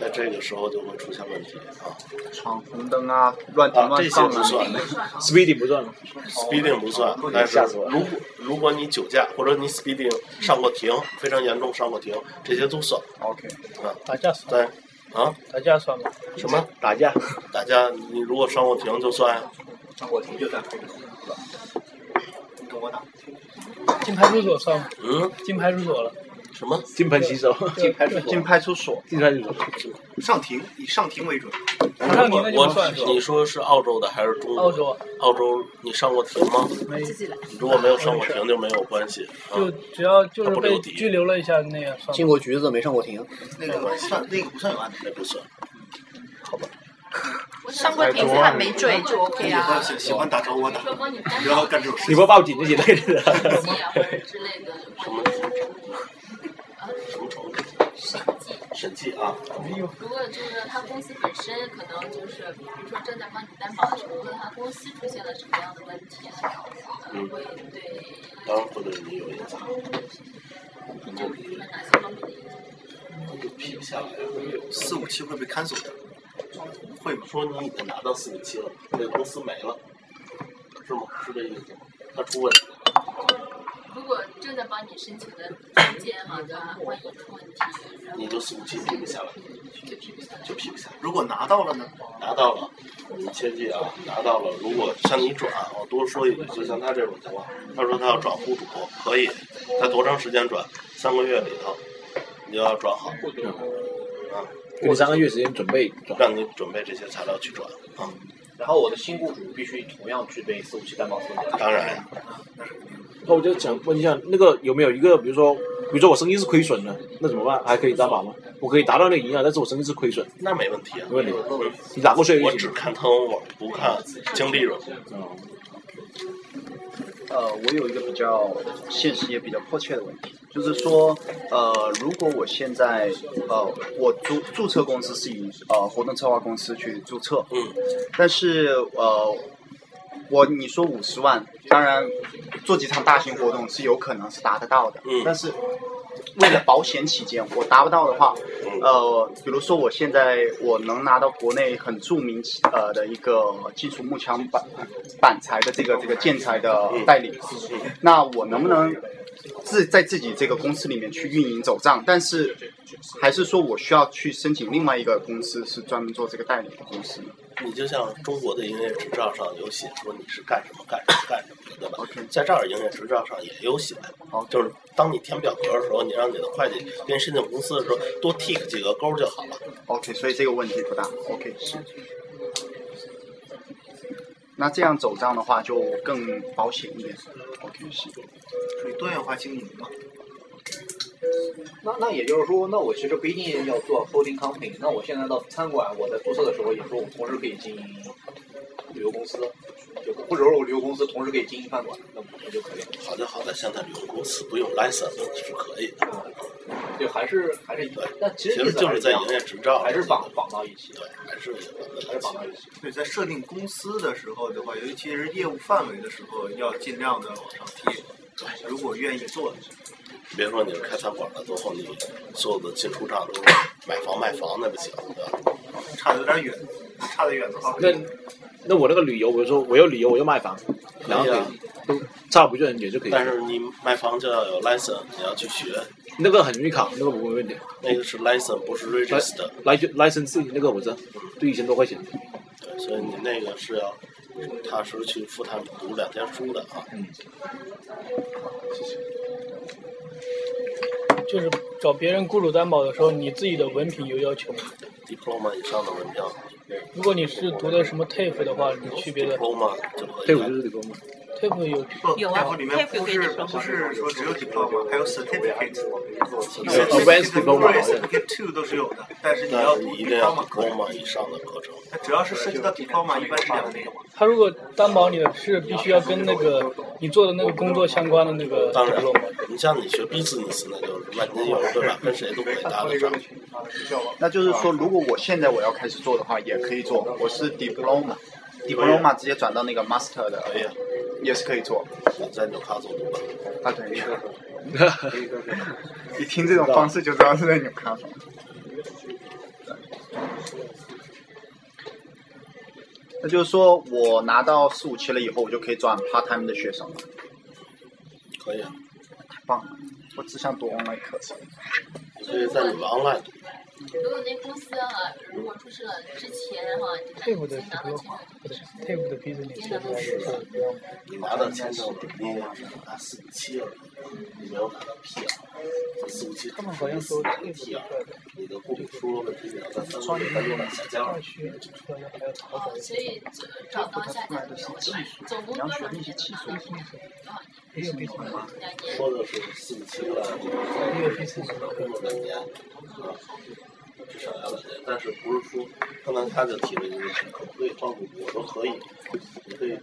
A: 在这个时候就会出现问题啊。
M: 闯红灯啊，乱停
A: 啊，这
M: 乱
A: 些
M: 放
A: 不
M: 啊，
A: 算
E: ，speedy 不算吗？
A: ，speeding 哦不算，但是
E: 吓死我了
A: 如果如果你酒驾或者你 speeding 上过庭，非常严重上过庭，这些都算。
M: OK，
E: 打架算，
A: 但啊，
E: 打架算吗？
A: 什么
E: 打架，
A: 打架，你如果上过庭就算呀。
D: 上过庭就算非常
C: 进派出所算吗？
A: 嗯，
C: 进派出所了，
A: 什么？
E: 金盆洗手，
C: 进派出
M: 进派出所，
E: 金盆洗手，
N: 上庭以上庭为准，
C: 上你那就
A: 我
C: 不算
A: 你说是澳洲的还是中国？
C: 澳洲
A: 澳洲，你上过庭吗？
C: 没
L: 自己来。
A: 你如果没有上过庭就没有关系。啊
C: 就只要就
A: 他
C: 是
A: 不
C: 被
A: 留底
C: 拘留了一下那个算
O: 进
C: 吗。
O: 过局子没上过庭，
N: 那个不算那个不算有案底。
A: 那不算。
L: 上
A: 哎
L: 过庭判没罪就 OK
N: 喜欢
L: 啊。
N: 喜喜欢打招呼的，
H: 说帮你
N: 不要干这种事
E: 你
N: 情。
E: 不报警就行了。
H: 或者之类的，
A: 什么什么程度？什么程度？
H: 审计。
A: 审计啊，
H: 如果就是他公司本身可能就是，比如说正在帮你担保的时候，如果他公司出现了什么样的问题，啊
A: 嗯
H: 会对
A: 当然会对你有影响。
H: 你就比如说哪些方面的影响？
A: 就批不下来，
N: 四五七会被看守的，会吗？
A: 说你已经拿到四五七了，这个公司没了，是吗？是这意思吗？他出问题了，
H: 如果正在帮你申请的中间哈，他万一出问题，然后
A: 你就四五七批不下来，
H: 就批不下来。
A: 就批不下来。
N: 如果拿到了呢？
A: 拿到了，你切记啊，拿到了。如果向你转，我多说一句，就像他这种情况，他说他要转户主，可以，他多长时间转？三个月里头，你就要转好，啊，
E: 给你三个月时间准备转，
A: 让你准备这些材料去转啊。
D: 然后我的新雇主必须同样具备四五七担保资格。
A: 当然，
E: 那我就想问一下，那个有没有一个，比如说，比如说我生意是亏损的，那怎么办？还可以担保吗？我可以达到那个营业额，但是我生意是亏损，
A: 那没问题啊
E: 没。问题。你打过税
A: 我
E: 就
A: 只
E: 行。
A: 看 turnover，不看净利润。
E: 哦
C: 呃，我有一个比较现实也比较迫切的问题，就是说，呃，如果我现在呃，我注注册公司是以呃活动策划公司去注册，
A: 嗯，
C: 但是呃，我你说五十万，当然做几场大型活动是有可能是达得到的，
A: 嗯
C: 但是为了保险起见，我达不到的话，
A: 嗯
C: 呃，比如说我现在我能拿到国内很著名呃的一个金属木墙板板材的这个这个建材的
A: 嗯
C: 代理，那我能不能自在自己这个公司里面去运营走账？但是还是说我需要去申请另外一个公司，是专门做这个代理的公司呢？
A: 你就像中国的营业执照上有写说你是干什么干什么干什么的，对吧？在这儿营业执照上也有写，就是当你填表格的时候，你让你的会计跟申请公司的时候多 tick 几个勾就好了。
C: OK，所以这个问题不大。OK，是。那这样走账的话就更保险一点。OK，是。
N: 属于多元化经营嘛？
D: 那那也就是说，那我其实不一定要做 holding company。那我现在到餐馆，我在注册的时候也说，我同时可以经营旅游公司，就或者说我旅游公司同时可以经营饭馆，那我就可以了。
A: 好就好在现在旅游公司不用 license 是可以的，
D: 对，还是还是一样，但其
A: 其
D: 实意
A: 实
D: 思
A: 就
D: 还
A: 是
D: 是
A: 在
D: 一样
A: 营业执照，
D: 还是绑绑到一起，
A: 对，还是
D: 还是绑到一起。
C: 对，在设定公司的时候的话，尤其是业务范围的时候，要尽量的往上贴。如果愿意做的，
A: 别说你是开餐馆的，最后你所有的进出账都是买房卖房那不行，对吧？
C: 差的有点远，差得远的话，
E: 那那我那个旅游，我说我有旅游，我就卖房，然后
A: 可以啊
E: 都差不就很也就可以了。
A: 但是你卖房就要有 license，你要去学，
E: 那个很容易考，那个不会问题。
A: 那个是 license，不是 register，
E: 来就 license 那个我知道，就一千多块钱。
A: 对，所以你那个是要踏实去复旦读两天书的啊。
O: 就是找别人雇主担保的时候，你自己的文凭有要求吗？
A: diploma 以上的文凭
O: 如果你是读的什么 TAFE 的话，你去别的
A: ，diploma 就可以。
E: 退伍就是理工嘛。
O: TAFE 有
C: 有啊，TAFE 里面不是不是说只有 diploma，还有 certificate，
E: 呃 advanced diploma
C: certificate certificate two 都是有的，但是你
A: 但
C: 要
A: 是
C: 读
A: 你一定要
C: diploma，
A: diploma 以上的课程，
C: 只要是涉及到 diploma，一般是两年。
O: 他如果担保你的是必须要跟那个你做的那个工作相关的那个
A: 当然
O: diploma，，
A: 你像你学 business 那就是万金油，对吧？跟谁都可以搭得上。
P: 那就是说，如果我现在我要开始做的话，也可以做。我是 diploma，diploma 直接转到那个 master 的，
A: 可以啊，
P: 也是可以做。
A: 你在纽卡总读吧。
P: 啊，对。一听这种方式就知道是在纽卡。那就是说我拿到四五期了以后，我就可以转 part time 的学生了，
A: 可以啊，
P: 太棒了！我只想读 online 课程。
A: 你可以在你们 online 读。
I: 如果那公司啊，如果注册之前
H: 啊
I: 哈，你拿
O: ，TAFE 的
I: 先拿到签证，
O: TAFE 的 business
I: 先拿到试试。
A: 你拿到签证了，你也只拿四五七而已，你没有拿到 P 啊。这四五七
O: 他们好像说
A: P
O: TAFE
A: 啊，你的雇主说问题你要在三个月内把它交
O: 二区出来的还要淘宝
I: 哦，所以就找到下家就行了。总共多长时间能拿到？
O: 也有 business，
I: 两年。
A: 说的是四五七个，
O: 也有 business
A: 可能工作两年，啊，至少要两年。但是不是说，刚才他就提了一个问题，可不可以换股？我说可以，你可以。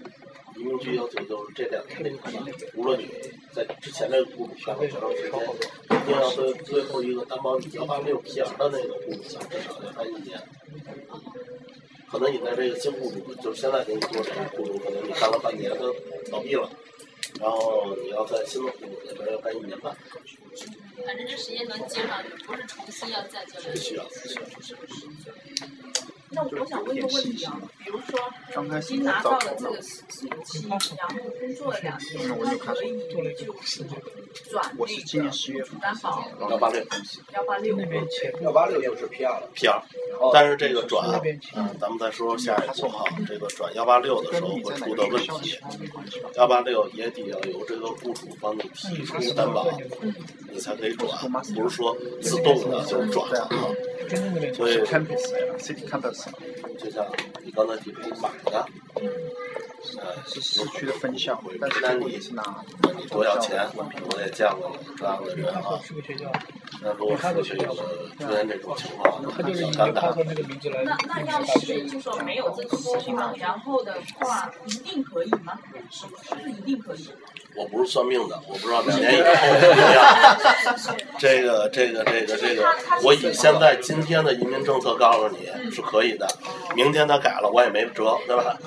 A: 移民局要求就是这两天里头，无论你在之前这个雇主上了多长时间，一定要对最后一个担保你幺八六 P R 的那个雇主上至少要待一年。可能你在这个新雇主，就是现在给你做这个雇主，可能你干了半年，他倒闭了，然后你要在新的雇主那边要待一年半，
I: 反正这时间能接上，不是重新要再交流
A: 必。须要。
H: 那我想问一个问题啊，比如说
P: 刚开
H: 已
P: 始
H: 经拿
P: 我
H: 到
P: 找
H: 了这个试试期，然后工作了两年，那可以就是转
P: 我是今
H: 那
P: 年
H: 个
P: 十月份
H: 担保
A: 幺八六
H: 幺八六
O: 那边钱
J: 幺八六就是 PR 了，
A: 嗯 P R，
J: 哦
A: 但是这个转
O: 那
A: 啊，
O: 边钱
A: 嗯，咱们再说下一步哈，这个转幺八六的时候会出的问题，幺八六也得要由这个雇主帮你提出担保，你才可以转，不是说自动的就转了啊。
O: 真正那边
A: 所以
P: campus，city campus，
A: 就像你刚才提出买的，呃，
P: 市区的分校，但是
A: 那
P: 如果
A: 你
P: 你是拿
A: 那你多要钱？我也见过这样的人啊。
O: 是个学校，
A: 那如果是这个出现这种情况，
O: 他就是以
A: 很
O: 他
A: 尴
O: 他
A: 尬。
O: 的那个名字来
H: 那那要是就说没有这个情况，然后的话，一定可以吗？是不是一定可以？
A: 我不是算命的，我不知道两年以后怎么样。 这个这个这个这个，我以现在今天的移民政策告诉你是可以的，
H: 哦
A: 明天他改了我也没辙，对吧？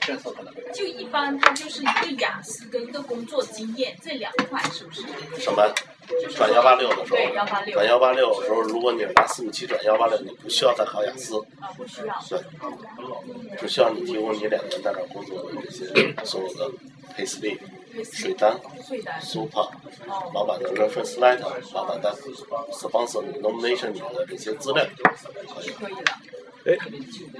J: 政策可能会
H: 就一般，它就是一个雅思跟一个工作经验这两块，是不是？
A: 什么
H: 就是
A: 转幺八六的时
H: 对幺
A: 候，
H: 八六
A: 转幺八六的时候，如果你是拿四五七转幺八六，你不需要再考雅思。
H: 啊，不需要。
A: 对，只需要你提供你两年在这儿工作的这些所有的 pay slip、水单、
H: 税单
A: super、
H: 哦，
A: 老板的 reference letter、老板的 sponsor nomination 你的这些资料，
H: 是可以的。
E: 哎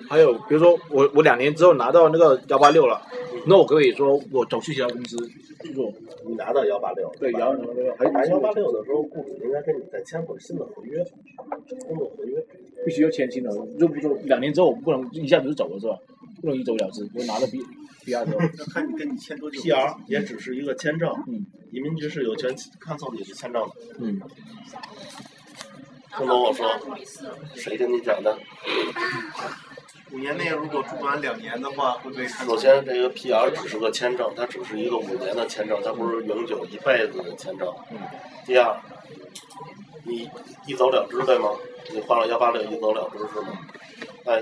E: 还有比如说我我两年之后拿到那个幺八六了，那我可不可以说我走去其他公司工作？
A: 你拿到幺八六，
E: 对，然
A: 拿
E: 后还
A: 拿
E: 还
A: 幺八六的时候，雇主应该跟你再签本新的合约，工作合约。
E: 必须要签新的，就不说两年之后我不能一下子就走了是吧？不能一走了之，我拿了 B B R 之后，
C: 要看你跟你签多久。
A: PR 也只是一个签证，
E: 嗯
A: 移民局是有权看送你的签证的。
E: 嗯，
A: 听懂我说谁跟你讲的？
C: 五年内如果住满两年的话，会被看
A: 首先，这个 PR 只是个签证，它只是一个五年的签证，它不是永久一辈子的签证。
E: 嗯。
A: 第二，你一走了之，对吗？你换了幺八六一走了之是吗？那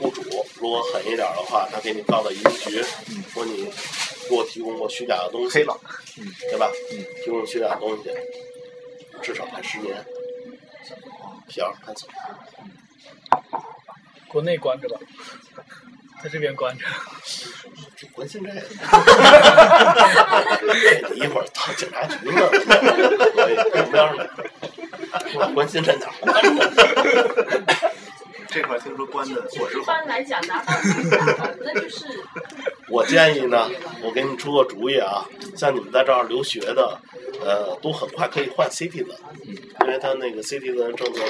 A: 雇主如果狠一点的话，他给你告到移民局，说你给我提供过虚假的东西，嗯黑了，嗯对吧？提供虚假的东西，至少判十年。PR 判死刑。
O: 国内关着吧，在这边关着。
A: 关现在，你 一会儿到警察局了， 我们要是我关心在哪儿关着？
C: 这块听说关的
H: 就一般来讲，拿到绿卡那就是
A: 我建议呢，我给你们出个主意啊，像你们在这儿留学的，呃，都很快可以换 CT 的，因为他那个 CT 的政策，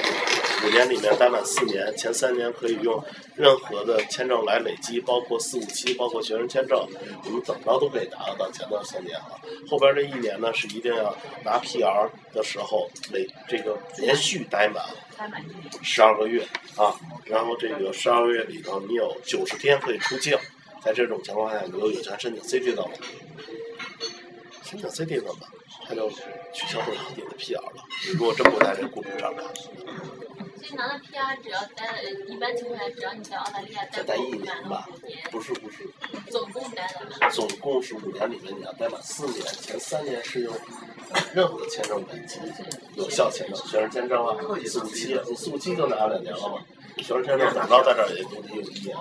A: 五年里面待满四年，前三年可以用任何的签证来累积，包括四五七，包括学生签证，你们怎么着都可以达得到前段三年啊。后边这一年呢，是一定要拿 PR 的时候累这个连续待满。啊
H: 才满意。
A: 十二个月啊，然后这个十二个月里头，你有九十天可以出境，在这种情况下，你就有权申请 CT 的了。申请 CT 的吧，他就取消不了你的 PR 了。你如果真不在这雇主上干，
I: 所以拿了 PR 只要待了，一般情况下只要你在澳大利亚
A: 再待
I: 待
A: 一
I: 够
A: 年
I: 满
A: 吧
I: 了五年，，
A: 不是不是，
I: 总共待了满
A: 总共是五年里面你要待满四年，前三年是用任何的签证累积，有效签证、学生签证啊，四五七，你四五七就拿了两年了嘛，学生签证怎么着在这儿也估计有一年，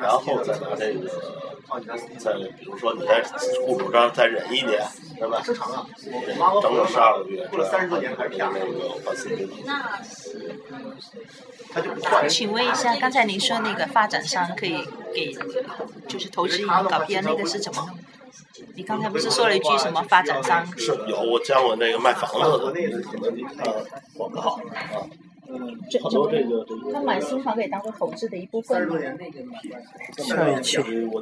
A: 然后再拿这个，再比如说你在雇主这儿再忍一年，对吧？
C: 正常啊，
A: 忍整整十二个月，
C: 过了30多年还是
A: 那个换 C
I: 那是
C: 他就不
K: 请问一下，刚才您说那个发展商可以给就是投资移民搞 PR 那个是怎么弄？你刚才不是说了一句什么发展商？
A: 是有我见过那个卖房子的，可能你看广告啊，好多这个这个。
K: 他买新房可以当做投资的一部分吗？
A: 下一期我